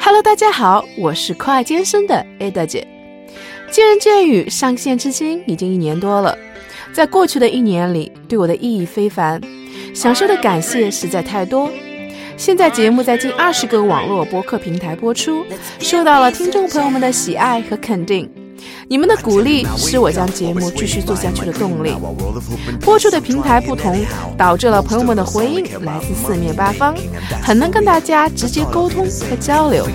Hello，大家好，我是可爱健身的 Ada 姐。见人见语上线至今已经一年多了，在过去的一年里，对我的意义非凡，享受的感谢实在太多。现在节目在近二十个网络播客平台播出，受到了听众朋友们的喜爱和肯定。你们的鼓励是我将节目继续做下去的动力。播出的平台不同，导致了朋友们的回应来自四面八方，很能跟大家直接沟通和交流。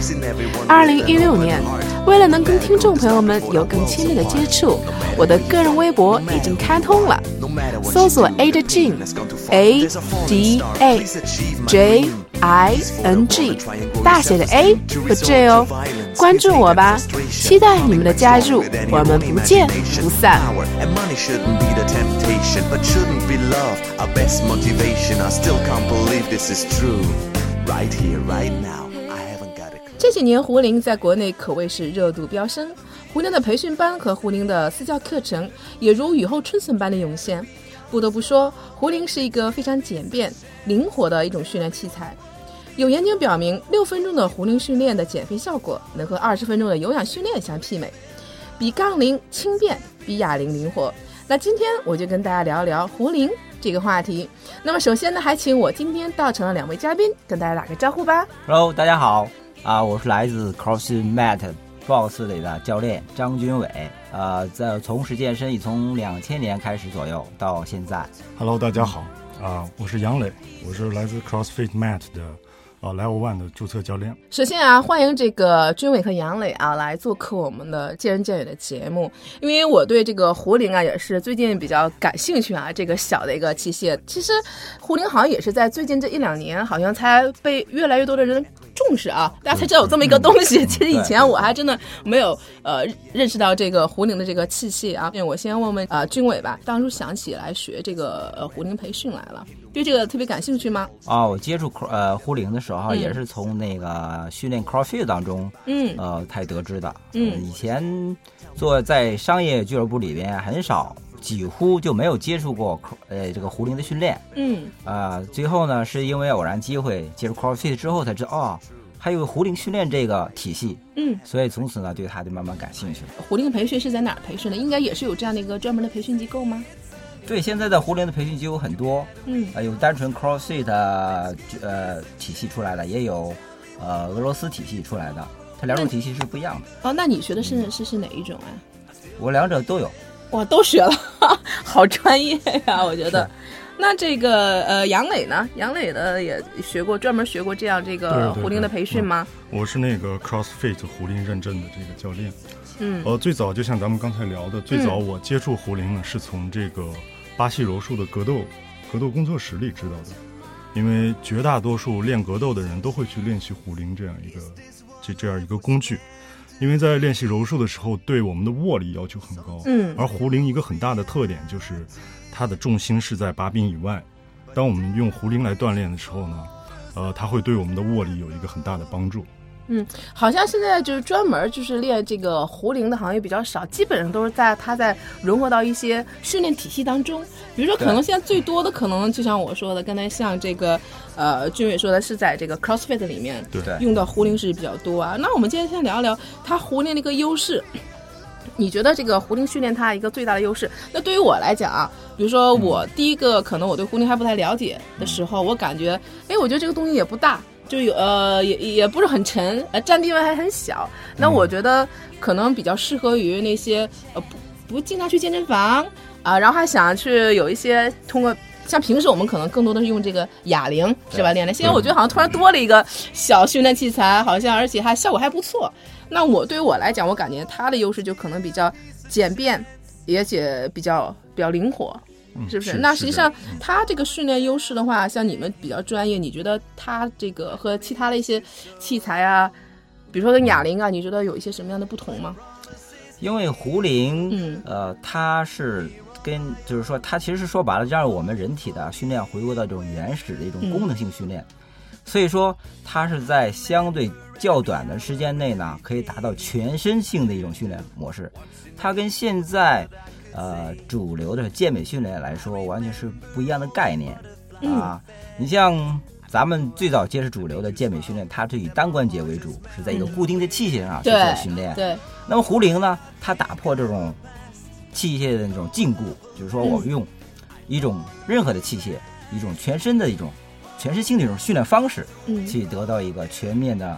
二零一六年，为了能跟听众朋友们有更亲密的接触，我的个人微博已经开通了，搜索 A 的 Jin A D A J I N G 大写的 A 和 J 哦，关注我吧，期待你们的加入，我们不见不散。 And money shouldn't be the temptation, but shouldn't be love, our best motivation. I still can't believe this is true. Right here, right now, I haven't got a clue. 这几年胡林在国内可谓是热度飙升，胡林的培训班和胡林的私教课程也如雨后春笋般的涌现。不得不说，胡林是一个非常简便、灵活的一种训练器材。有研究表明，六分钟的胡林训练的减肥效果能和二十分钟的有氧训练相媲美，比杠铃轻便，比哑铃灵活。那今天我就跟大家聊一聊胡林这个话题。那么首先呢，还请我今天到场的两位嘉宾跟大家打个招呼吧。 Hello，大家好啊，我是来自 CrossFit Box 里的教练张军伟。呃，在从事健身已从两千年开始左右到现在。 Hello，大家好啊、我是杨磊，我是来自 CrossFit Mat 的啊 Level One 的注册教练。首先啊，欢迎这个军伟和杨磊啊来做客我们的《见人见语》的节目，因为我对这个胡林啊也是最近比较感兴趣啊，这个小的一个器械。其实胡林好像也是在最近这一两年，好像才被越来越多的人重视啊，大家才知道有这么一个东西。其实以前我还真的没有呃认识到这个胡林的这个器械啊。我先问问啊军伟吧，当初想起来学这个呃胡林培训来了，对这个特别感兴趣吗？啊，我接触 cro- 呃呼铃的时嗯候，也是从那个训练 CrossFit 当中嗯呃才得知的。嗯呃以前做在商业俱乐部里边很少，几乎就没有接触过 cro- 呃这个胡铃的训练。嗯啊、最后呢，是因为偶然机会接触 CrossFit 之后才知道，哦，还有胡林训练这个体系，嗯。所以从此呢对它就慢慢感兴趣了。胡林培训是在哪儿培训的？应该也是有这样的一个专门的培训机构吗？对，现在的胡林的培训机构很多，嗯呃，有单纯 CrossFit 的呃体系出来的，也有呃俄罗斯体系出来的，它两种体系是不一样的，哦，那你学的是是是哪一种啊？我两者都有。哇，都学了，好专业呀、我觉得。那这个呃，杨磊呢？杨磊的也学过，专门学过这样这对个对对胡林的培训吗？我是那个 CrossFit 胡林认证的这个教练。嗯呃，最早就像咱们刚才聊的，最早我接触胡林呢是从这个巴西柔术的格斗格斗工作室里知道的，因为绝大多数练格斗的人都会去练习胡林这样一个这这样一个工具，因为在练习柔术的时候，对我们的握力要求很高。嗯而壶铃一个很大的特点就是，它的重心是在把柄以外。当我们用壶铃来锻炼的时候呢，呃，它会对我们的握力有一个很大的帮助。嗯，好像现在就是专门就是练这个胡林的行业比较少，基本上都是在他在融合到一些训练体系当中。比如说，可能现在最多的可能就像我说的，刚才像这个呃军伟说的是在这个 CrossFit 里面，对对用到胡铃是比较多啊。那我们今天先聊聊它胡铃的一个优势。 你觉得这个胡铃训练它一个最大的优势？那对于我来讲啊，比如说我第一个可能我对胡铃还不太了解的时候，我感觉，哎，我觉得这个东西也不大，就有呃也也不是很沉，呃占地位还很小。那我觉得可能比较适合于那些呃不不经常去健身房啊，然后还想去有一些通过。像平时我们可能更多的是用这个哑铃是吧对练的，现在我觉得好像突然多了一个小训练器材，好像而且还效果还不错。那我对于我来讲，我感觉它的优势就可能比较简便，而且比较比较灵活，是不是？嗯是那是实际这样上它这个训练优势的话，像你们比较专业，你觉得它这个和其他的一些器材啊，比如说跟哑铃啊，你觉得有一些什么样的不同吗？因为壶铃，嗯呃，它是跟就是说，它其实是说白了，让我们人体的训练回归到这种原始的一种功能性训练，嗯所以说它是在相对较短的时间内呢，可以达到全身性的一种训练模式。它跟现在呃主嗯流的健美训练来说，完全是不一样的概念啊。你像咱们最早接触主流的健美训练，它是以单关节为主，是在一个固定的器械上去做训练。嗯对对，那么壶铃呢，它打破这种器械的那种禁锢，就是说我们用一种任何的器械，一种全身的一种全身性的一种训练方式，嗯去得到一个全面的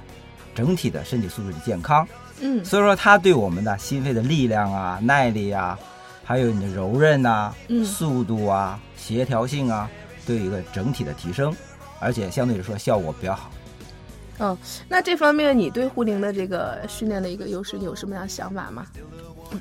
整体的身体素质的健康。嗯所以说，它对我们的心肺的力量啊、耐力啊，还有你的柔韧呐、嗯速度啊、协调性啊，都有一个整体的提升，而且相对来说效果比 较好。嗯，那这方面你对护龄的这个训练的一个优势，你有什么样的想法吗？嗯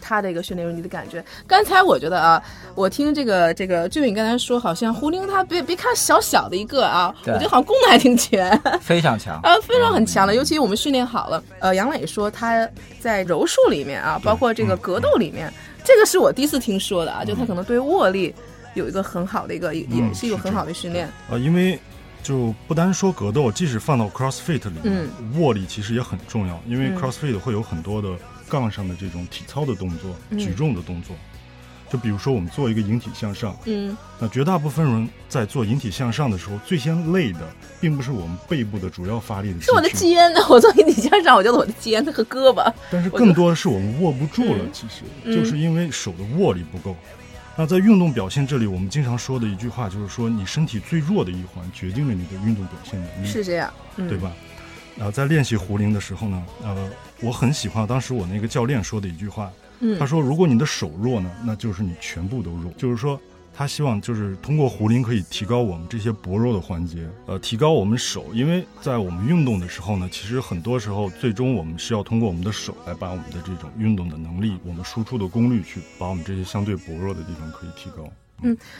他的一个训练有你的感觉。刚才我觉得啊，我听这个这个俊宇刚才说，好像胡龄他别别看小小的一个啊，我对觉得好像功能还挺 全。非常强。呃，非常很强的，尤其我们训练好了。呃，杨磊说他在柔术里面啊，包括这个格斗里面，这个是我第一次听说的啊，就他可能对握力有一个很好的一个，也也嗯是有很好的训练。呃，因为就不单说格斗，即使放到 CrossFit 里面，嗯握力其实也很重要，因为嗯 CrossFit 会有很多的杠上的这种体操的动作、嗯举重的动作。就比如说我们做一个引体向上，嗯那绝大部分人在做引体向上的时候，最先累的并不是我们背部的主要发力的，是我的，肩呢，我做引体向上，我觉得我的肩和胳膊，但是我更多的是我们握不住了嗯，其实、嗯就是因为手的握力不够。那在运动表现这里，我们经常说的一句话就是说，你身体最弱的一环决定了你的运动表现能力。是这样，嗯，对吧？呃，在练习壶铃的时候呢，呃，我很喜欢当时我那个教练说的一句话，嗯他说：“如果你的手弱呢，那就是你全部都弱。”就是说，他希望就是通过壶铃可以提高我们这些薄弱的环节，呃，提高我们手，因为在我们运动的时候呢，其实很多时候最终我们是要通过我们的手来把我们的这种运动的能力、我们输出的功率去把我们这些相对薄弱的地方可以提高。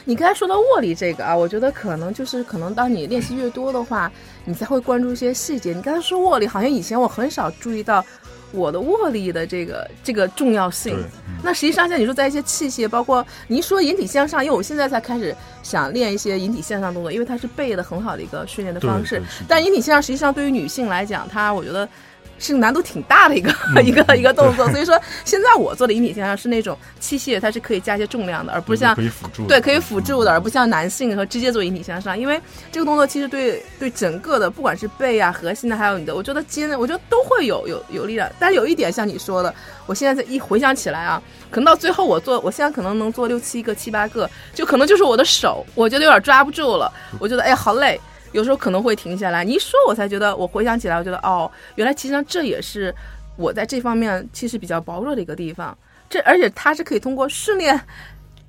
你刚才说到握力这个啊，我觉得可能就是可能当你练习越多的话，你才会关注一些细节。你刚才说握力，好像以前我很少注意到我的握力的这个这个重要性对嗯。那实际上像你说在一些器械，包括你一说引体向上，因为我现在才开始想练一些引体向上动作，因为它是背的很好的一个训练的对方式对是的。但引体向上实际上对于女性来讲，它我觉得。是难度挺大的一个、嗯一个一个动作，所以说现在我做的引体向上是那种器械，它是可以加一些重量的，而不是像可以辅助的，对，可以辅助的，嗯而不像男性和直接做引体向上，因为这个动作其实对对整个的，不管是背啊、核心的，还有你的，我觉得肩，我觉得都会有有有力量。但是有一点像你说的，我现在一回想起来啊，可能到最后我做，我现在可能能做六七个、七八个，就可能就是我的手，我觉得有点抓不住了，我觉得哎好累。有时候可能会停下来，你一说我才觉得，我回想起来，我觉得哦，原来其实上这也是我在这方面其实比较薄弱的一个地方。这而且它是可以通过训练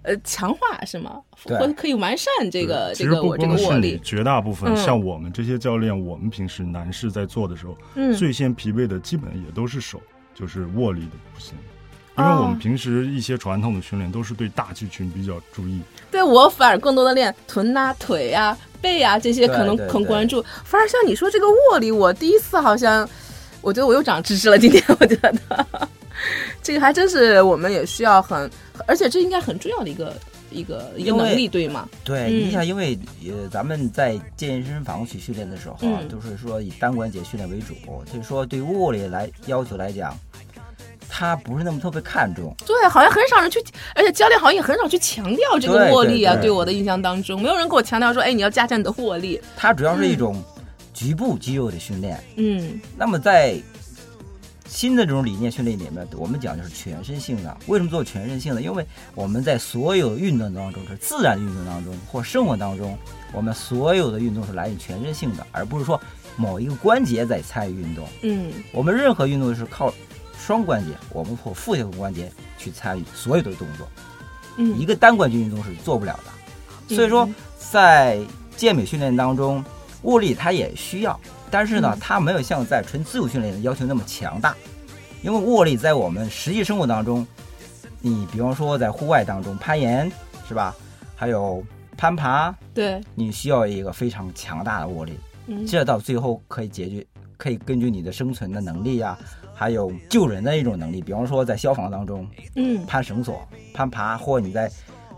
呃强化是吗？对或者可以完善这个对其这实个不我这个光握是你力，。绝大部分嗯像我们这些教练，我们平时男士在做的时候，嗯最先疲惫的基本也都是手，就是握力的不行。因为哦我们平时一些传统的训练都是对大肌群比较注意，对我反而更多的练臀呐、腿呀、背啊这些，对可能对很对关注。反而像你说这个握力，我第一次好像，我觉得我又长知识了。今天我觉得， 这个还真是我们也需要很，而且这应该很重要的一个一个一个因为能力，对吗？对，嗯你想，因为呃，咱们在健身房去训练的时候啊，嗯都是说以单关节训练为主，所以说对物理来要求来讲，它不是那么特别看重。对，好像很少人去，而且教练好像也很少去强调这个对握对力啊。对我的印象当中，没有人给我强调说，哎，你要加强你的握力。它主要是一种局部肌肉的训练。嗯那么在新的这种理念训练里面，我们讲就是全身性的。为什么做全身性的？因为我们在所有运动当中，就是自然的运动当中或生活当中，我们所有的运动是来源于全身性的，而不是说某一个关节在参与运动。嗯我们任何运动是靠双关节，我们或复合关节去参与所有的动作，嗯，一个单关节运动是做不了的。所以说，在健美训练当中，握力它也需要，但是呢嗯，它没有像在纯自由训练的要求那么强大，因为握力在我们实际生活当中，你比方说在户外当中攀岩是吧，还有攀爬，对，你需要一个非常强大的握力。嗯这到最后可以解决，可以根据你的生存的能力呀、啊还有救人的一种能力，比方说在消防当中嗯攀绳索、攀爬，或你在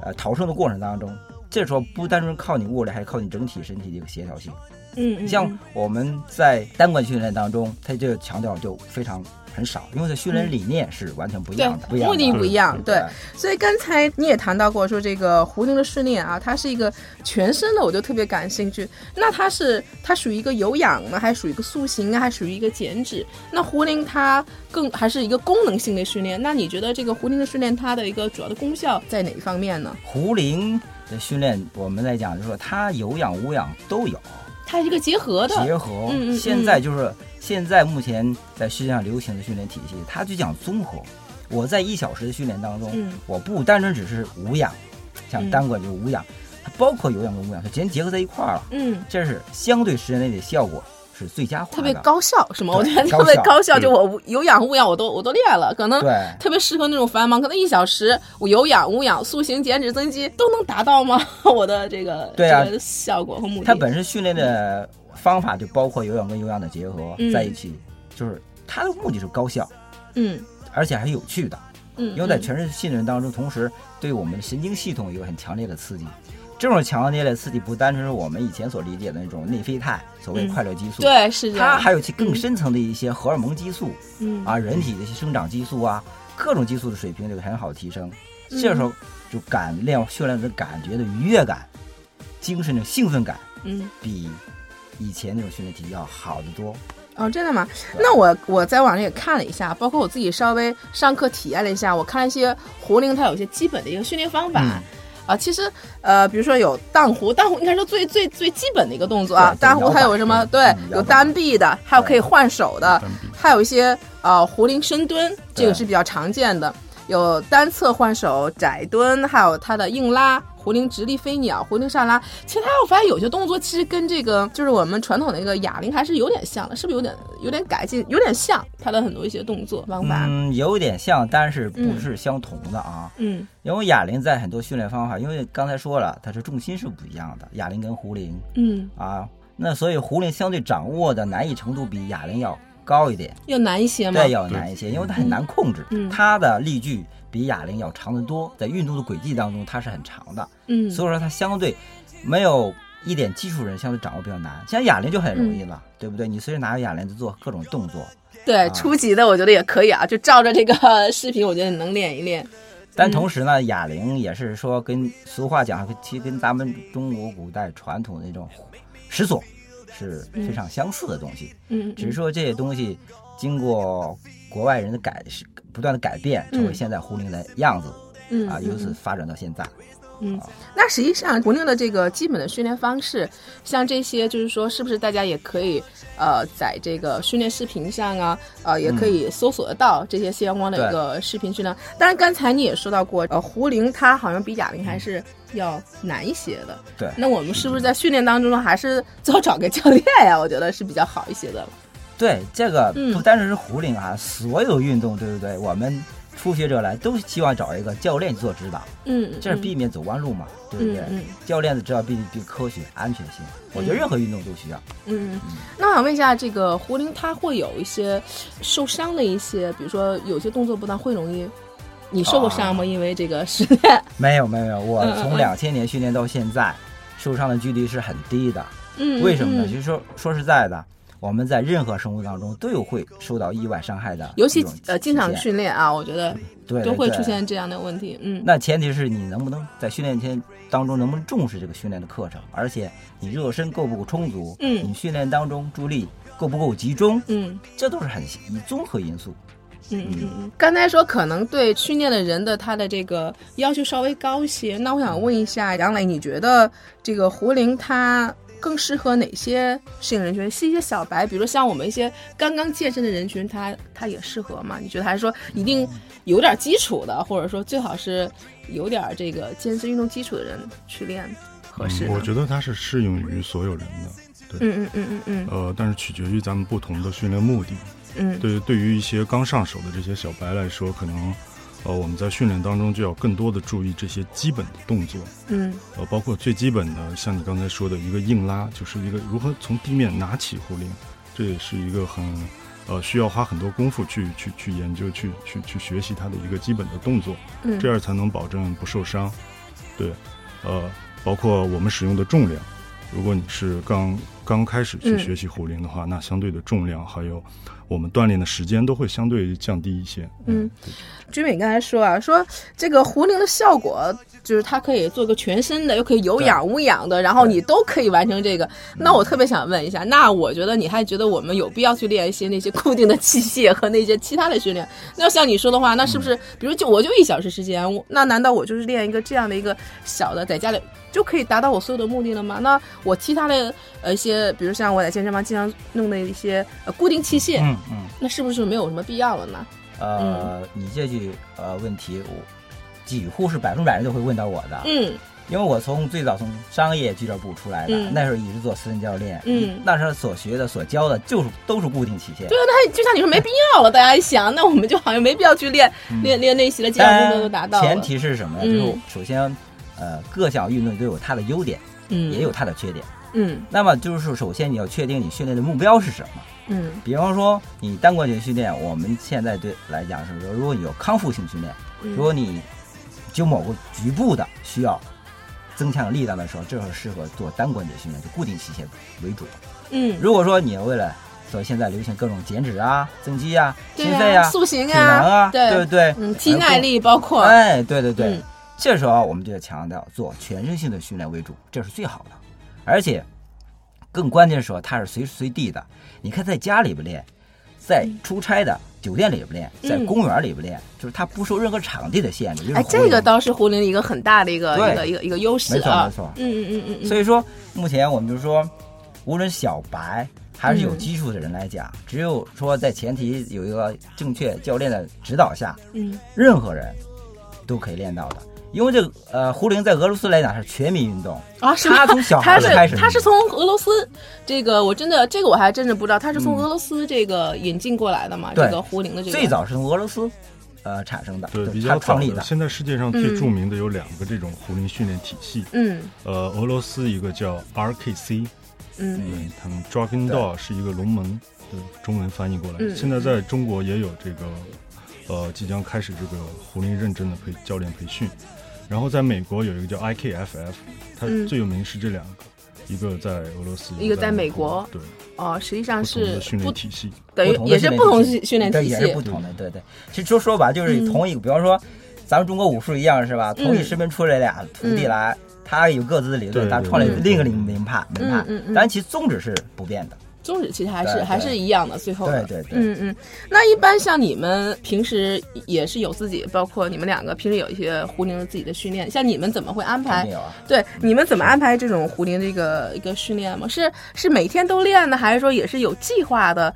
呃逃生的过程当中，这时候不单纯靠你握力，还靠你整体身体的一个协调性。嗯，嗯像我们在单管训练当中，它就强调就非常很少，因为它训练理念是完全不一样的，不一样目的的不一样，对对。所以刚才你也谈到过，说这个胡林的训练啊，它是一个全身的，我就特别感兴趣。那它是它属于一个有氧呢，还属于一个塑形啊，还属于一个减脂？那胡林它更还是一个功能性的训练。那你觉得这个胡林的训练它的一个主要的功效在哪一方面呢？壶铃的训练，我们来讲就是说它有氧无氧都有它是一个结合的，结合。嗯嗯嗯现在就是现在目前在世界上流行的训练体系，它就讲综合。我在一小时的训练当中，嗯我不单纯只是无氧，像嗯单管就是无氧，它包括有氧跟无氧，它直接结合在一块儿了。嗯，这是相对时间内的效果是最佳化的，特别。高效是吗？我对觉得特别高效高效，就嗯我无有氧无氧我都我都练了，可能对，特别适合那种繁忙，可能一小时我有氧、无氧、塑形、减脂、增肌都能达到吗？ 我的这个对啊这个效果和目的。它本身训练的方法就包括有氧跟有氧的结合嗯在一起，就是它的目的是高效，嗯而且还是有趣的。嗯，因为在嗯全身训练当中，同时对我们的神经系统有很强烈的刺激。这种强烈的刺激不单纯是我们以前所理解的那种内啡肽，所谓嗯快乐激素，对嗯是这它样，还有其更深层的一些荷尔蒙激素嗯啊，人体的一些生长激素啊，各种激素的水平有很好的提升。这时候就感练训练的感觉的愉悦感、精神的兴奋感，嗯比以前那种训练体系要好得多。哦，真的吗？那我我在网上也看了一下，包括我自己稍微上课体验了一下，我看了一些壶铃它有一些基本的一个训练方法。嗯啊，其实，呃，比如说有荡壶，荡壶应该说最最最基本的一个动作啊对。荡摇壶摆它有什么？嗯对嗯，摇有摆单臂的，还有可以对换手的，单臂还有一些呃壶铃深蹲，这个对是比较常见的，有单侧换手窄蹲，还有它的硬拉。壶铃直立飞鸟、壶铃上拉，其实它我发现有些动作其实跟这个就是我们传统的一个哑铃还是有点像的，是不是有点有点改进，有点像它的很多一些动作方法？嗯，有点像，但是不嗯是相同的啊。嗯因为哑铃在很多训练方法，因为刚才说了，它是重心是不一样的，哑铃跟壶铃嗯，啊，那所以壶铃相对掌握的难易程度比哑铃要高一点，要难一些吗？对，要难一些，因为它很难控制，嗯它的力矩比哑铃要长得多，在运动的轨迹当中它是很长的，嗯，所以说它相对没有一点技术人相对掌握比较难，像哑铃就很容易了，对不对？你随时拿个哑铃就做各种动作，对啊初级的我觉得也可以啊，就照着这个视频，我觉得你能练一练。嗯但同时呢，哑铃也是说跟俗话讲，其实跟咱们中国古代传统那种石锁是非常相似的东西，嗯，只是说这些东西经过国外人的改是不断的改变，成为现在壶铃的样子、嗯啊，嗯由此嗯发展到现在。嗯，那实际上国内的这个基本的训练方式，像这些就是说，是不是大家也可以呃，在这个训练视频上啊，呃，也可嗯以搜索得到这些相关的一个视频训练。当然，刚才你也说到过，呃，壶铃它好像比哑铃还是要难一些的。嗯对嗯那我们是不是在训练当中呢，还是 最好找个教练呀、我觉得是比较好一些的。对，这个嗯不单纯是壶铃啊，所有运动对不对？我们初学者来都希望找一个教练做指导，嗯，这是避免走弯路嘛，对不对？嗯嗯教练的指导必须必须科学、安全性，我觉得任何运动都需要。嗯，那我想问一下，这个胡铃它会有一些受伤的一些，比如说有些动作不当会容易，你受过伤吗？因为这个训练，没有没有没有，我嗯嗯从嗯两千年训练到现在，受伤的几率是很低的。 嗯，为什么呢？嗯其实说说实在的，我们在任何生活当中都有会受到意外伤害的，尤其呃经常训练啊，我觉得对都会对出现这样的问题。嗯，那前提是你能不能在训练天当中能不能重视这个训练的课程，而且你热身够不够充足，嗯你训练当中注意力够不够集中，嗯这都是很以综合因素。嗯嗯嗯，刚才说可能对训练的人的他的这个要求稍微高一些，那我想问一下杨磊，你觉得这个胡铃它更适合哪些适应人群？是一些小白，比如说像我们一些刚刚健身的人群，它它也适合吗？你觉得还是说一定有点基础的，或者说最好是有点这个健身运动基础的人去练合适呢、嗯我觉得它是适应于所有人的，对，嗯嗯嗯嗯呃，但是取决于咱们不同的训练目的。嗯嗯对，对于一些刚上手的这些小白来说，可能，呃，我们在训练当中就要更多的注意这些基本的动作，嗯呃，包括最基本的，像你刚才说的一个硬拉，就是一个如何从地面拿起壶铃，这也是一个很，呃，需要花很多功夫去去去研究、去去去学习它的一个基本的动作，嗯，这样才能保证不受伤。对，呃，包括我们使用的重量，如果你是刚刚开始嗯去学习壶铃的话，那相对的重量还有我们锻炼的时间都会相对降低一些。嗯，君美刚才说啊，说这个壶铃的效果就是它可以做个全身的，又可以有氧无氧的，然后你都可以完成这个。那我特别想问一下，那我觉得你还觉得我们有必要去练一些那些固定的器械和那些其他的训练？那像你说的话，那是不是比如就我就一小时时间，我那难道我就是练一个这样的一个小的，在家里就可以达到我所有的目的了吗？那我其他的呃一些，比如像我在健身房经常弄的一些呃固定器械，嗯嗯。那是不是没有什么必要了呢？呃，你这句呃问题，我几乎是百分之百就会问到我的，嗯因为我从最早从商业俱乐部出来的，嗯那时候一直做私人教练，嗯那时候所学的、所教的，就是都是固定器械对。啊，那就像你说没必要了，大家一想，那我们就好像没必要去练、练练那些了，既当然然目的都达到了。嗯前提是什么呢？嗯就是首先，呃，各项运动都有它的优点，嗯也有它的缺点。嗯那么就是首先你要确定你训练的目标是什么。嗯比方说你单关节训练，我们现在对来讲是说，如果你有康复性训练，嗯如果你就某个局部的需要增强力量的时候，这时候适合做单关节训练，就固定器械为主。嗯，如果说你为了所以现在流行各种减脂啊、增肌啊、心对啊肺啊、塑形体能啊，对不对？嗯，肌耐力包括、哎，对对对，嗯这时候我们就要强调做全身性的训练为主，这是最好的，而且更关键的时候它是随时随地的。你看，在家里边练，在出差的酒店里边练，在嗯公园里边练，就是它不受任何场地的限制。就是哎，活这动个倒是胡林一个很大的一个对一个一个一个优势没错啊。没错嗯嗯嗯嗯所以以说，目前我们就说，无论小白还是有嗯基础的人来讲，只有说在前提有一个正确教练的指导下，嗯任何人都可以练到的。因为这个呃，壶铃在俄罗斯来讲是全民运动，啊，是吗他 从小他孩子开始是运动，他是从俄罗斯，这个我真的这个我还真的不知道，他是从俄罗斯这个引进过来的嘛？嗯对这个胡林的这个最早是从俄罗斯呃产生的，对，就比他较早创立的。的。现在世界上最著名的有两个这种壶铃训练体系，嗯呃，俄罗斯一个叫 RKC，嗯对他们 Dragon Dog 是一个龙门，对，中文翻译过来。嗯现在在中国也有这个，呃，即将开始这个胡林认证的培教练培训。然后在美国有一个叫 IKFF，它嗯最有名是这两个，一个在俄罗斯，一个在在美国国，对，哦，实际上不同是的训不练体系。等不于同的也是不同的训练对体也是系不，同的，对对。其实说说吧，就是嗯同一个，比方说，咱们中国武术一样是吧？同一嗯师门出来俩徒弟嗯来，他有各自的理论，对他对创立对另一个门门派门派嗯嗯，嗯但其宗旨是不变的。宗旨其实还是对对还是一样的，最后的对对对嗯嗯。那一般像你们平时也是有自己，包括你们两个平时有一些胡铃的自己的训练，像你们怎么会安肯排定？有啊。对，你们怎么安排这种胡铃的一个一个训练吗？是是每天都练呢，还是说也是有计划的？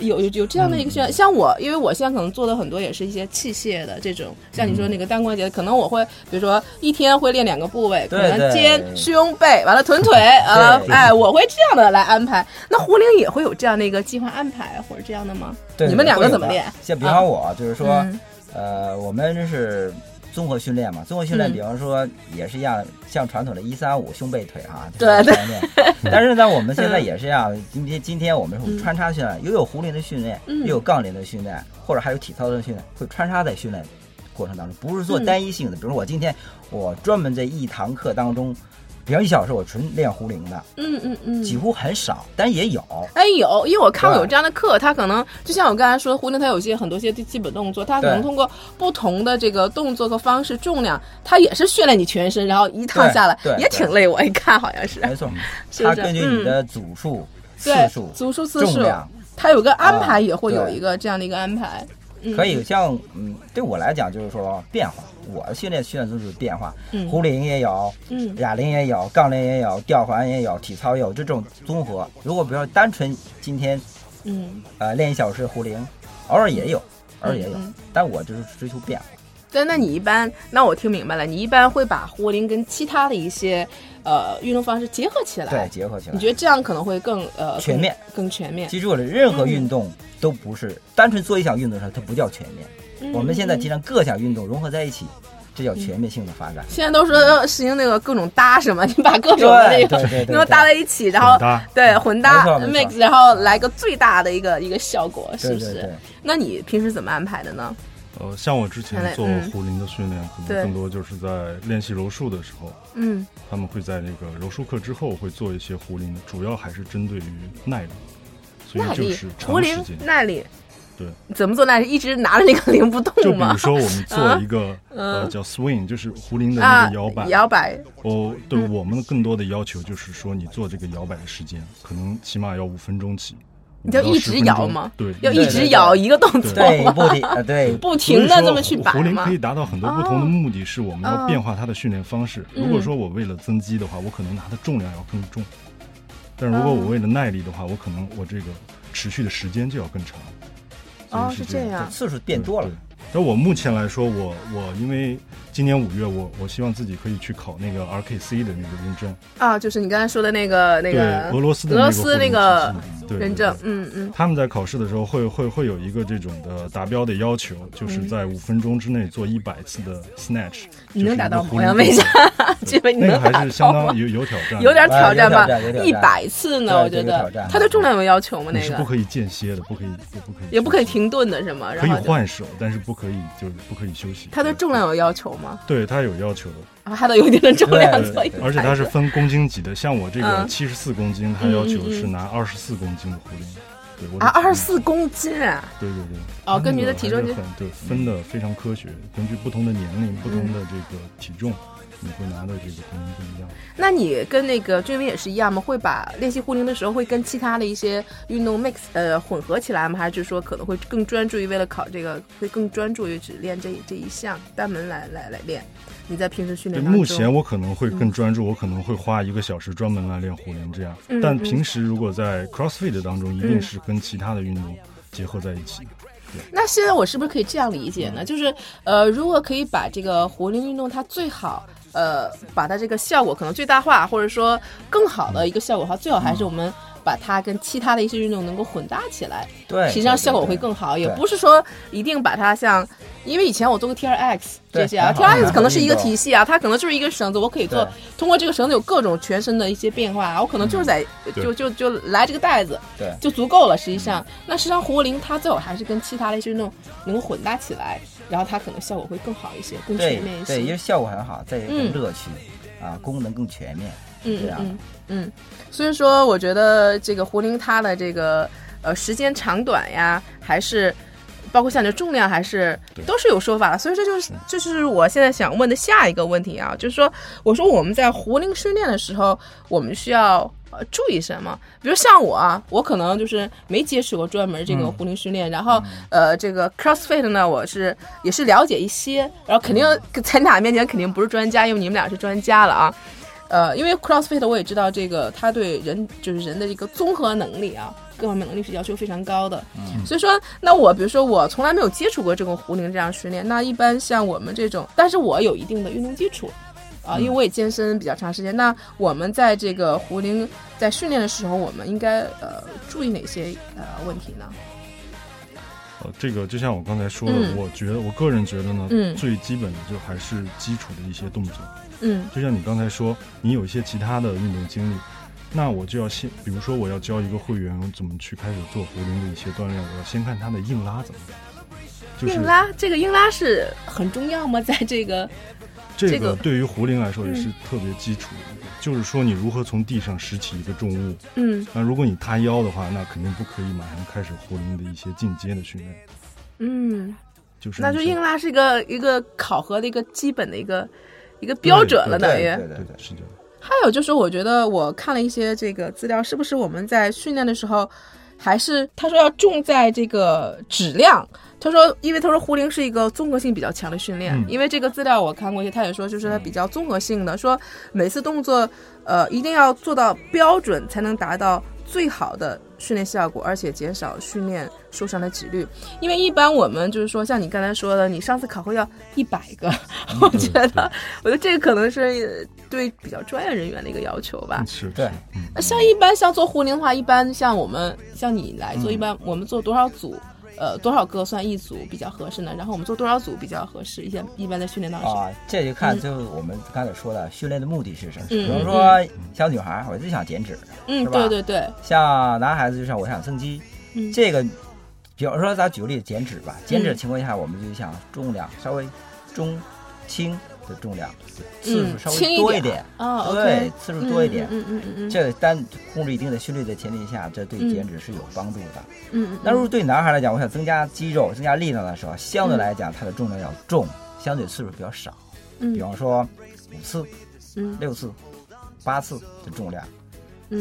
有有有这样的一个训嗯练，像我，因为我现在可能做的很多也是一些器械的这种，像你说那个单关节，可能我会比如说一天会练两个部位，可对能对肩、胸、背，完了臀腿啊，对哎，我会这样的来安排。那胡铃也会有这样的一个计划安排或者这样的吗？对，你们两个会有怎么的练？啊像比方我，啊就是说嗯，呃，我们是综合训练嘛，综合训练，嗯比方说也是一样，像传统的一三五胸背腿啊，对嗯这种概念。但是呢，我们现在也是一样，今天今天我们是穿插训练，又有壶铃的训练，嗯又有杠铃的训练，或者还有体操的训练，会穿插在训练过程当中，不是做嗯单一性的。比如我今天我专门在一堂课当中，比方一小时我纯练壶铃的，嗯嗯嗯，几乎很少，但也有。哎，有，因为我看过有对这样的课，他可能就像我刚才说，胡林他有些很多些基本动作，他可能对通过不同的这个动作和方式、重量，他也是训练你全身，然后一趟下来对对也挺累。我一看好像是，没错，是不它是根据你的组数、次对数，、组数、次数嗯重，量他有个安排，啊也会有对一个这样的一个安排。嗯可以像嗯，对我来讲就是说变化，我的训练训练就是变化嗯，壶铃也有，嗯哑铃也有，杠铃也有，吊环也有，体操也有，这种综合。如果比如说单纯今天嗯，呃练一小时壶铃，偶尔也有，偶尔也有嗯嗯，但我就是追求变化。对，那你一般，那我听明白了，你一般会把胡林跟其他的一些呃运动方式结合起来。对，，结合起你来觉。得这样可能会更呃更全面更全面？记住了，任何嗯运动都不是单纯做一项运动上，它不叫全面。嗯我们现在提倡各项运动融合在一起，这叫全面性的发展。现在都说实行那个各种搭 什么，你把各种的那对对个对那对么搭在一起，然后混搭对混搭没错没错 mix，然后来个最大的一个一个效果，是对不对是对？那你平时怎么安排的呢？呃，像我之前做嗯胡林的训练，可对能更多就是在练习柔术的时候，嗯他们会在这个柔术课之后会做一些胡林的，主要还是针对于耐力，所耐以就力是，壶长时铃间。耐力，对，怎么做耐力？一直拿着那个铃不就动比如吗？说我们做一个、嗯呃叫 swing，就是胡林的啊那个摇摆，，摇摆，哦，对我们更多的要求就是说，你做这个摇摆的时间可能起码要五分钟起，你就5到一直10分钟摇吗对，要对一对直对摇一个动作对，吗？不停 啊，对，不停的这么去摆所以说胡吗铃可？以达到很多不同的目的，是我们哦要变化它的训练方式。嗯如果说我为了增肌的话，我可能拿的重量要更重；但如果嗯我为了耐力的话，我可能我这个持续的时间就要更长。所以哦，是是这样。样，次数变多了对。但我目前来说，我我因为今年五月，我我希望自己可以去考那个 RKC 的那个认证，啊，就是你刚才说的那个那对个俄罗斯的俄罗那个斯那个个认证，嗯嗯，他们在考试的时候会会会有一个这种的达标的要求，就是在五分钟之内做一百次的 snatch，嗯你能达到吗吗？我要问一下，这哎个你那个能还达是相到吗当？有有挑战的，有点挑战吧啊有点挑战有，点一挑战百次呢，我对觉这个得挑战它对重量有要求吗？你那嗯是不个可以间歇的，不可以也不可以也不可以，停顿的是吗？可然以后就换手，但是不可以就是不可以休息。它对重量有要求吗？对它有要 求的，呃啊，它的有一定的重量，对所以而且它是分公斤级的，像我这个嗯七十四公斤，它要求是拿二十四公斤的壶铃。对，我是啊，体重二十四公斤啊，对对对。哦它根据那个的体还重是就很对分的非常科学，根据不同的年龄、不嗯同的这个体重，你会拿的这个红不一样。那你跟那个俊斌也是一样吗？会把练习护铃的时候，会跟其他的一些运动 mix 呃混合起来吗？还是说可能会更专注于为了考这个，会更专注于只练这这一项单门来来来练？你在平时训对，练当中，目前我可能会更专注，我可能会花一个小时专门来练壶铃这样。嗯但嗯平时如果在 CrossFit 当中，一嗯定是跟其他的运动结合在一起。那现在我是不是可以这样理解呢？就是呃，如果可以把这个壶铃运动它最好。呃，把它这个效果可能最大化，或者说更好的一个效果的话，最好还是我们把它跟其他的一些运动能够混搭起来，对，实际上对效果会。对对更好，对也不是说一定把它像，因为以前我做过 T R X 对这些啊很，T 好 R X 可能是一个很好体系啊，它可能就是一根绳子，我可以做对嗯通过这个绳子有各种全身的一些变化啊，我可能就是在对就就就来这个带子对嗯就足够了。实际上，那实际上壶铃它最好还是跟其他的一些运动能够混搭起来，然后它可能效果会更好一些，更全面一对对，因为些。效果很好，再一个嗯乐趣啊，功能更全面。啊嗯这样嗯嗯，所以说我觉得这个壶铃它的这个呃时间长短呀，还是包括像这重量还是对都是有说法的。所以这就是这就是我现在想问的下一个问题啊，就是说，我说我们在壶铃训练的时候，我们需要。呃，注意什么？比如像我啊，我可能就是没接触过专门这个壶铃训练，然后呃，这个 CrossFit 呢，我是也是了解一些，然后肯定在你俩面前肯定不是专家，因为你们俩是专家了啊。呃，因为 CrossFit 我也知道这个，它对人就是人的一个综合能力啊，各方面能力是要求非常高的。嗯所以说，那我比如说我从来没有接触过这种壶铃这样训练，那一般像我们这种，但是我有一定的运动基础。嗯啊，因为我也健身比较长时间，那我们在这个壶铃在训练的时候，我们应该呃注意哪些呃问题呢？呃，这个就像我刚才说的，嗯我觉得我个人觉得呢，嗯最基本的就还是基础的一些动作。嗯就像你刚才说，你有一些其他的运动经历，那我就要先，比如说我要教一个会员怎么去开始做壶铃的一些锻炼，我要先看他的硬拉怎么样。就是硬拉这个硬拉是很重要吗？在这个这这个嗯个对于壶铃来说也是特别基础的一个，就是说你如何从地上拾起一个重物。嗯那如果你塌腰的话，那肯定不可以马上开始壶铃的一些进阶的训练，嗯，就是那就一些硬拉是一个一个考核的一个基本的一个一个标准了，等于。对对对对对，是这样。还有就是，我觉得我看了一些这个资料，是不是我们在训练的时候，还是他说要重在这个质量？他说，因为他说壶铃是一个综合性比较强的训练，嗯因为这个资料我看过一些，他也说就是它比较综合性的，说每次动作呃一定要做到标准，才能达到最好的训练效果，而且减少训练受伤的几率。因为一般我们就是说，像你刚才说的，你上次考核要一百个，我觉得，我觉得这个可能是呃对比较专业人员的一个要求吧。是，对是嗯，那像一般像做壶铃的话，一般像我们像你来嗯做，一般我们做多少组？呃，多少个算一组比较合适呢？然后我们做多少组比较合适？一般一般在训练当中，啊，这就看嗯就是我们刚才说的训练的目的是什么。嗯比如说小女孩儿，我就想减脂；嗯，是吧对对对，像男孩子，就像我想增肌。嗯这个比方说，咱举个例子，减脂吧，减脂的情况下，我们就想重量稍微中轻的重量，次数稍嗯轻一微多点啊一点，哦对，次数多一点。嗯嗯嗯嗯这单控制一定的心率的前提下，这对减脂是有帮助的。嗯那如果对男孩来讲，我想增加肌肉、增加力量的时候，相对来讲，它的重量要重，相对次数比较少。嗯比方说五次、嗯六次、八次的重量。嗯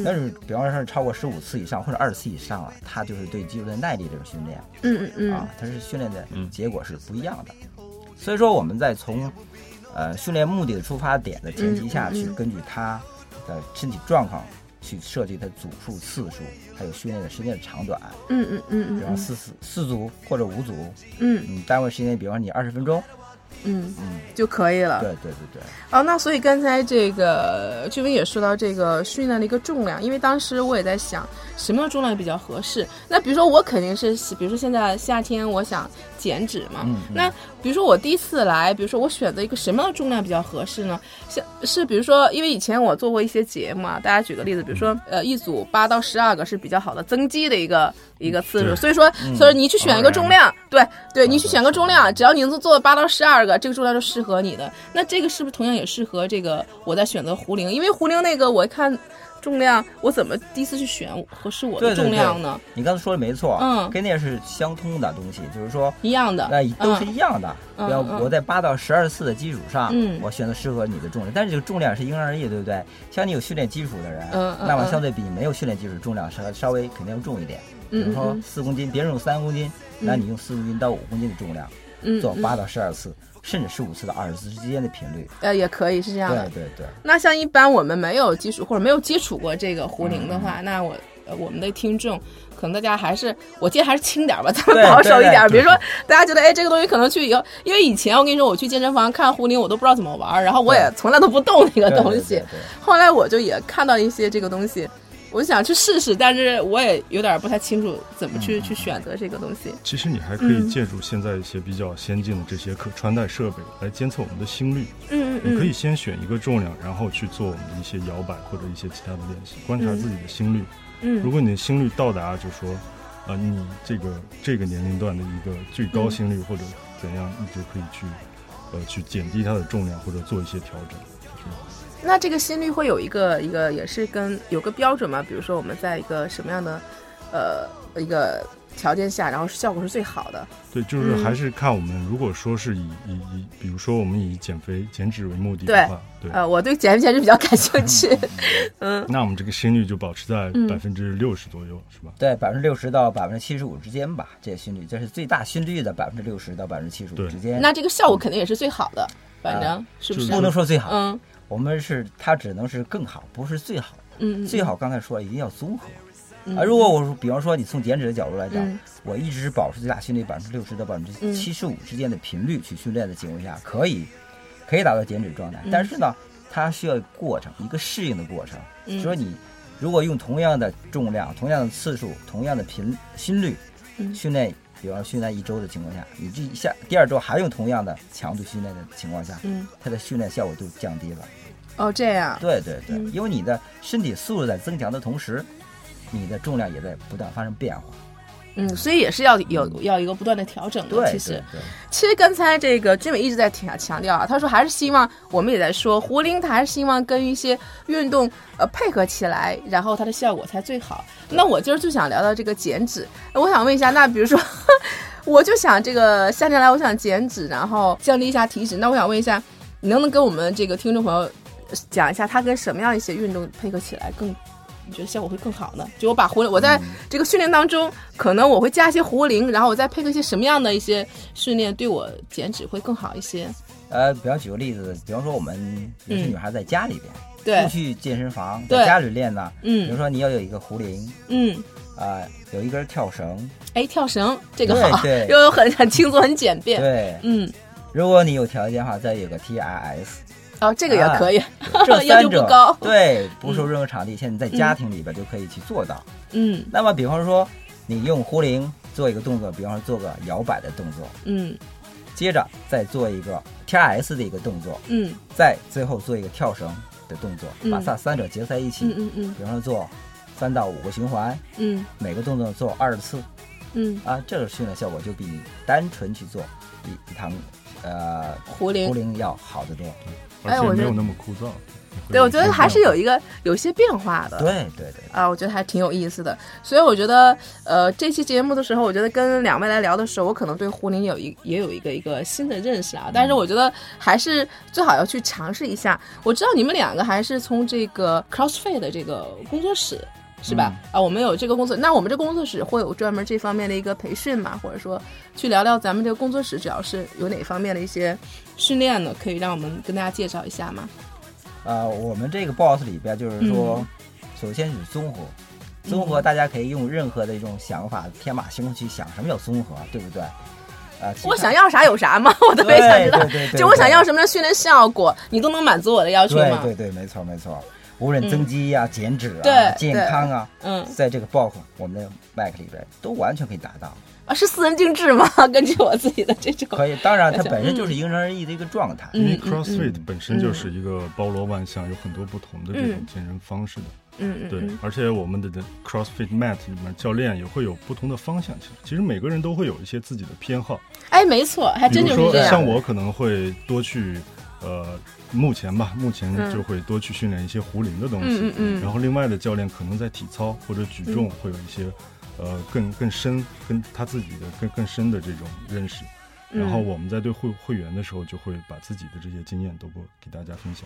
但是，比方说是超过十五次以上或者二十次以上了，它就是对肌肉的耐力这种训练。嗯嗯啊，它是训练的嗯结果是不一样的。所以说我们在从呃训练目的的出发点的前提下嗯嗯去嗯，根据他的身体状况去设计他组数、次数，还有训练的时间的长短。嗯嗯比方四四四组或者五组，嗯嗯，单位时间，比方你二十分钟，嗯嗯，就可以了。对对对对，哦，那所以刚才这个俊文也说到这个训练的一个重量，因为当时我也在想什么样的重量比较合适。那比如说我肯定是，比如说现在夏天我想减脂嘛，嗯嗯那比如说我第一次来，比如说我选择一个什么样的重量比较合适呢？像是比如说，因为以前我做过一些节目啊，大家举个例子，比如说呃一组八到十二个是比较好的增肌的一个一个次数，对所以说所以你去选一个重量，对对，你去选个重量，只要你能做到八到十二个，这个重量就适合你的。那这个是不是同样也适合这个我在选择壶铃？因为壶铃那个我一看重量，我怎么第一次去选合适我的对对重对量呢？你刚才说的没错，嗯跟那是相通的东西，就是说。一样的，那都是嗯一样的，嗯要嗯我在八到十二次的基础上，嗯我选择适合你的重量，但是这个重量是因人而异，对不对？像你有训练基础的人，嗯嗯那么嗯相对比你没有训练基础，重量稍稍微肯定要重一点。比嗯如说嗯四公斤，别人用三公斤，那你用四公斤到五公斤的重量嗯做嗯八到十二次，甚至十五次到二十次之间的频率。呃也可以是这样的对。对对，那像一般我们没有基础或者没有接触过这个壶铃的嗯话，那我呃我们的听众可能大家还是，我建议还是轻点儿吧，咱们对保守一点儿。比对如说大家觉得哎这个东西可能去以后，因为以前我跟你说我去健身房看壶铃我都不知道怎么玩儿，然后我也对从来都不动那个对东西。对对对后来我就也看到一些这个东西。我就想去试试，但是我也有点儿不太清楚怎么嗯去、去选择这个东西。其实你还可以借助现在一些比较先进的这些可穿戴设备来监测我们的心率。嗯你可以先选一个重量，然后去做我们的一些摇摆或者一些其他的练习，观察自己的心率。嗯如果你的心率到达，就说，呃，你这个这个年龄段的一个最高心率或者怎样，你就可以去，呃，去减低它的重量或者做一些调整。那这个心率会有一个一个也是跟有个标准吗？比如说我们在一个什么样的呃一个条件下，然后效果是最好的？对，就是嗯还是看我们，如果说是以以以，比如说我们以减肥减脂为目的的话，对，呃，我对减肥减脂比较感兴趣。嗯那我们这个心率就保持在嗯百分之六十左右，是吧？对，百分之六十到百分之七十五之间吧，这个心率，这是最大心率的百分之六十到百分之七十五对之 间。那这个效果肯定也是最好的，反正、啊是不是？不能说最好，嗯我们是它只能是更好，不是最好。嗯，嗯最好刚才说一定要综合。嗯啊，如果我说，比方说你从减脂的角度来讲，嗯我一直保持最大心率百分之六十到百分之七十五之间的频率去训练的情况下，可以可以达到减脂状态，但是呢，嗯它需要一个过程，一个适应的过程。所以说你如果用同样的重量、同样的次数、同样的频心率嗯训练，比方说训练一周的情况下，你这一下第二周还用同样的强度训练的情况下，嗯它的训练效果就降低了。哦这样对对对，嗯因为你的身体素质在增强的同时，你的重量也在不断发生变化。嗯，所以也是要有要一个不断的调整的。对其实对对，其实刚才这个君伟一直在强强调啊，他说还是希望我们也在说胡林，他还是希望跟一些运动呃配合起来，然后它的效果才最好。那我今儿就想聊到这个减脂，呃我想问一下，那比如说， 我就想这个夏天来，我想减脂，然后降低一下体脂，那我想问一下，你能不能跟我们这个听众朋友呃讲一下，它跟什么样一些运动配合起来更？你觉得效果会更好呢？就我把壶铃，我嗯在这个训练当中，可能我会加一些壶铃，然后我再配合一些什么样的一些训练，对我减脂会更好一些。呃，比方举个例子，比方说我们也嗯是女孩在家里边，对不，去健身房，对在家里练呢。比如嗯说你要有一个壶铃，嗯，啊、有一根跳绳，哎，跳绳这个好，对对又有很很轻松，很简便。对。嗯，如果你有条件的话，再有个 T R S，哦，这个也啊可以。这要求三不者高对不受任何场地限制，在家庭里边就可以去做到。嗯那么，比方说你用壶铃做一个动作，比方说做个摇摆的动作，嗯接着再做一个 T R S 的一个动作，嗯再最后做一个跳绳的动作，嗯把它三者结合在一起。嗯嗯嗯比方说做三到五个循环，嗯每个动作做二十次，嗯，啊，这个训练效果就比你单纯去做比比他们呃胡壶铃。铃要好得多。而哎我觉且没得有那么枯燥。对，我觉得还是有一一个有一些变化的。对对对，啊，我觉得还挺有意思的。所以我觉得，呃，这期节目的时候，我觉得跟两位来聊的时候，我可能对胡林有一也有一个一个新的认识啊。但是我觉得还是最好要去尝试一下。我知道你们两个还是从这个 CrossFit 的这个工作室。是吧？啊，我们有这个工作，那我们这工作室会有专门这方面的一个培训嘛？或者说，去聊聊咱们这个工作室，主要是有哪方面的一些训练呢？可以让我们跟大家介绍一下吗？啊，我们这个 boss 里边就是说，嗯首先是综合，综合大家可以用任何的一种想法天马行空去想什么叫综合，对不对？啊，其我他想要啥有啥嘛， 我特别对想知道。对对对，就我想要么？什么样的训练效果，你都能满足我的要求对吗？对对，没错没错，无论增肌啊、减脂啊嗯对、健对康啊，嗯在这个 box 我们的 mac 里边都完全可以达到。啊，是私人定制吗？ 根据我自己的这种，可以，当然它嗯本身就是因人而异的一个状态。嗯因为嗯 CrossFit 嗯本身就是一个包罗万象，有很多不同的这种健身方式的。嗯对嗯，而且我们的的 CrossFit Mat 里面教练也会有不同的方向。其实，其实每个人都会有一些自己的偏好。哎，没错，还比真如就是说这样。像我可能会多去，呃，目前吧，目前嗯就会多去训练一些壶铃的东西。嗯嗯嗯然后另外的教练可能在体操或者举重会有一些，呃，更更深跟他自己的更更深的这种认识。嗯然后我们在对会会员的时候，就会把自己的这些经验都给给大家分享。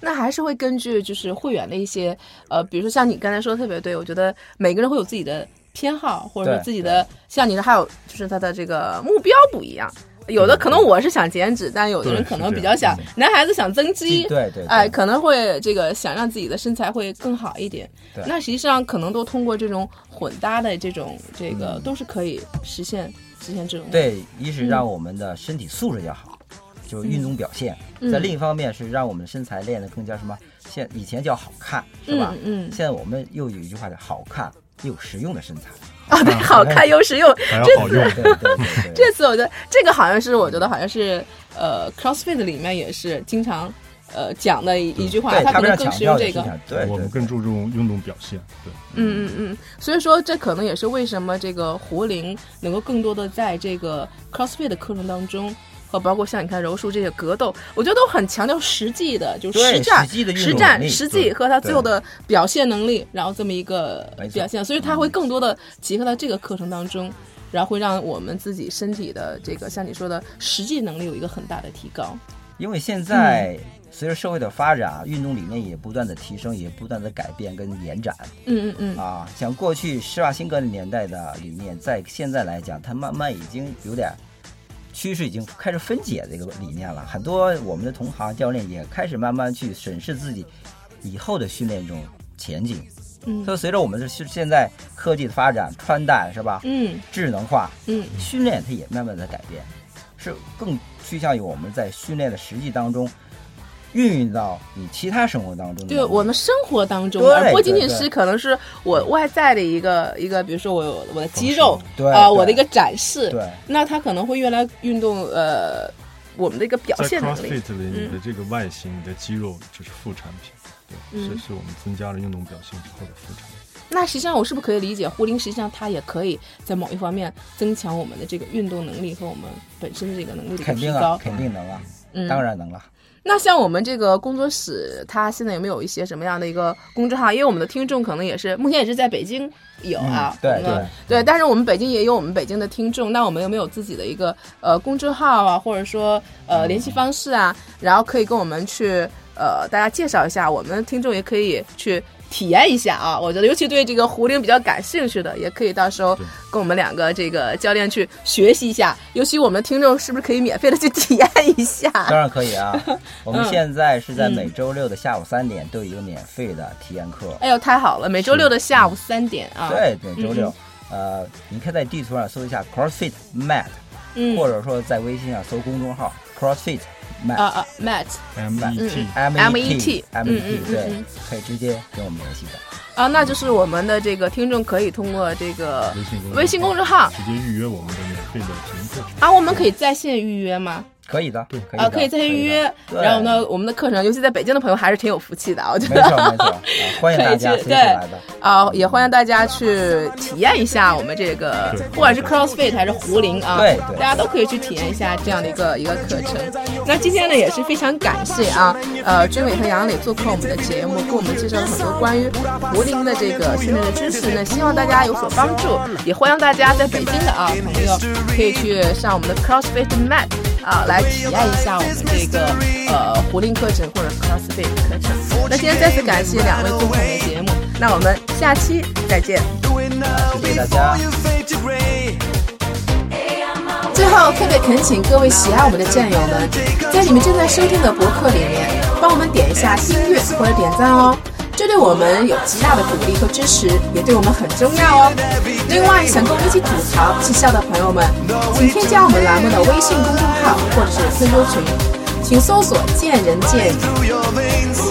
那还是会根据就是会员的一些呃，比如说像你刚才说的特别对，我觉得每个人会有自己的偏好，或者说对自己的像你的还有就是他的这个目标不一样。有的可能我是想减脂，但有的人对可是能这比样嗯较想男孩子想增肌，对对，哎，对可能会这个想让自己的身材会更好一点对。那实际上可能都通过这种混搭的这种这个、嗯都是可以实现实现这种。对，一是让我们的身体素质要好，就是运动表现；嗯在另一方面是让我们的身材练得更加什么，现以前叫好看，是吧？嗯嗯现在我们又有一句话叫好看又实用的身材，啊，嗯对，好看又实用。还要好用对，对对对对这次我觉得这个好像是我觉得好像是呃 CrossFit 里面也是经常呃讲的一一句话，嗯对，它他可能们要更强使用调这的是个。想对，我们更注重运动表现。对，嗯嗯嗯，所以说这可能也是为什么这个胡林能够更多的在这个 CrossFit 的课程当中，和包括像你看柔术这些格斗，我觉得都很强调实际的，就是对实战、实际的运动实战、能力实际和他最后的表现能力，然后这么一个没错表现，所以他会更多的结合到这个课程当中。然后会让我们自己身体的这个，像你说的实际能力有一个很大的提高。因为现嗯在随着社会的发展啊，运动理念也不断的提升，也不断的改变跟延展嗯嗯嗯，啊。像过去施瓦辛格年代的理念，在现在来讲，它慢慢已经有点趋势，已经开始分解这个理念了。很多我们的同行教练也开始慢慢去审视自己以后的训练中前景。嗯所以随着我们的现现在科技的发展，穿戴是吧？嗯智能化，嗯训练它也慢慢在改变，是更趋向于我们在训练的实际当中，运用到你其他生活当中的能力。对我们生活当中，对而不仅对仅对是可能是我外在的一个一个，比如说我有我的肌肉对啊、对我的一个展示，对那它可能会越来运动呃我们的一个嗯表在现能力。 CrossFit 里，你的这个外形、你的肌肉只是副产品，对，嗯是是我们增加了运动表现之后的副产品。那实际上我是不是可以理解，胡林实际上它也可以在某一方面增强我们的这个运动能力和我们本身的这个能力的一个肯提定啊高，？肯定能啊，嗯，当。然能了。那像我们这个工作室，它现在有没有一些什么样的一个公众号？因为我们的听众可能也是目前也是在北京有啊嗯，对我们对对，但是我们北京也有我们北京的听众，那我们有没有自己的一个呃公众号啊，或者说呃联系方式啊，然后可以跟我们去呃大家介绍一下，我们的听众也可以去。体验一下啊，我觉得尤其对这个壶铃比较感兴趣的，也可以到时候对跟我们两个这个教练去学习一下。尤其我们的听众是不是可以免费的去体验一下？当然可以 啊。我们现在是在嗯每周六的下午三点都有一个免费的体验课，哎呦，太好了！每周六的下午三点啊，对，每周嗯六。呃，你可以在地图上搜一下 CrossFit Mat，嗯，或者说在微信上搜公众号 CrossFit 啊 Mat 啊，Matt M E T， M E MET T 嗯嗯 T，嗯对嗯，可以直接跟我们联系的。啊，那就是我们的这个听众可以通过这个微信公众号微信公众号直接预约我们的免费的体验课程。啊，我们可以在线预约吗？可以的，对可以啊，的可以在线预的约。对然后呢，我们的课程，尤其在北京的朋友还是挺有福气的啊，我觉 没得错没错，啊欢迎大家可以随去时对来的。啊，也欢迎大家去体验一下我们这个，对不管是 CrossFit 还是胡林啊，对对大家都可以去体验一下这样的一个一个课程。那今天呢，也是非常感谢啊，呃，军伟和杨磊做客我们的节目，给我们介绍了很多关于胡林的这个训练的知识呢，希望大家有所帮助。也欢迎大家在北京的啊朋友可以去上我们的 CrossFit Mat 啊，来体验一下我们这个呃胡林课程或者 CrossFit 课程。那今天再次感谢两位做客我们的节目，那我们下期再见。 Doing now 谢谢大家 before you fade to grey. 最后，特别恳请各位喜爱我们的战友们，在你们正在收听的博客里面，帮我们点一下订阅或者点赞哦，这对我们有极大的鼓励和支持，也对我们很重要哦。另外，想跟我们一起吐槽、一起笑的朋友们，请添加我们栏目的微信公众号或者是 QQ 群，请搜索“见人见语”。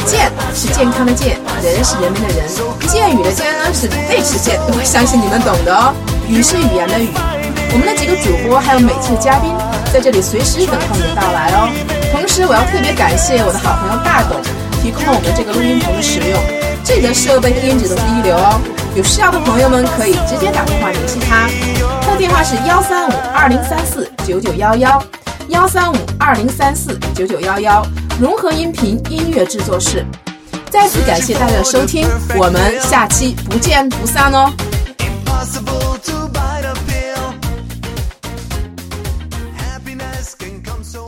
健是健康的健，人是人民的人，健语的健呢是最实健，我相信你们懂的哦。语是语言的语，我们的几个主播还有每期的嘉宾在这里随时等候你的到来哦。同时，我要特别感谢我的好朋友大董提供了我们这个录音棚的使用，这里的设备音质都是一流哦。有需要的朋友们可以直接打电话联系他，他的电话是幺三五二零三四九九幺幺。幺三五二零三四九九幺幺，融合音频音乐制作室。再次感谢大家的收听，我们下期不见不散哦。 Impossible to bite a pill. Happiness can come so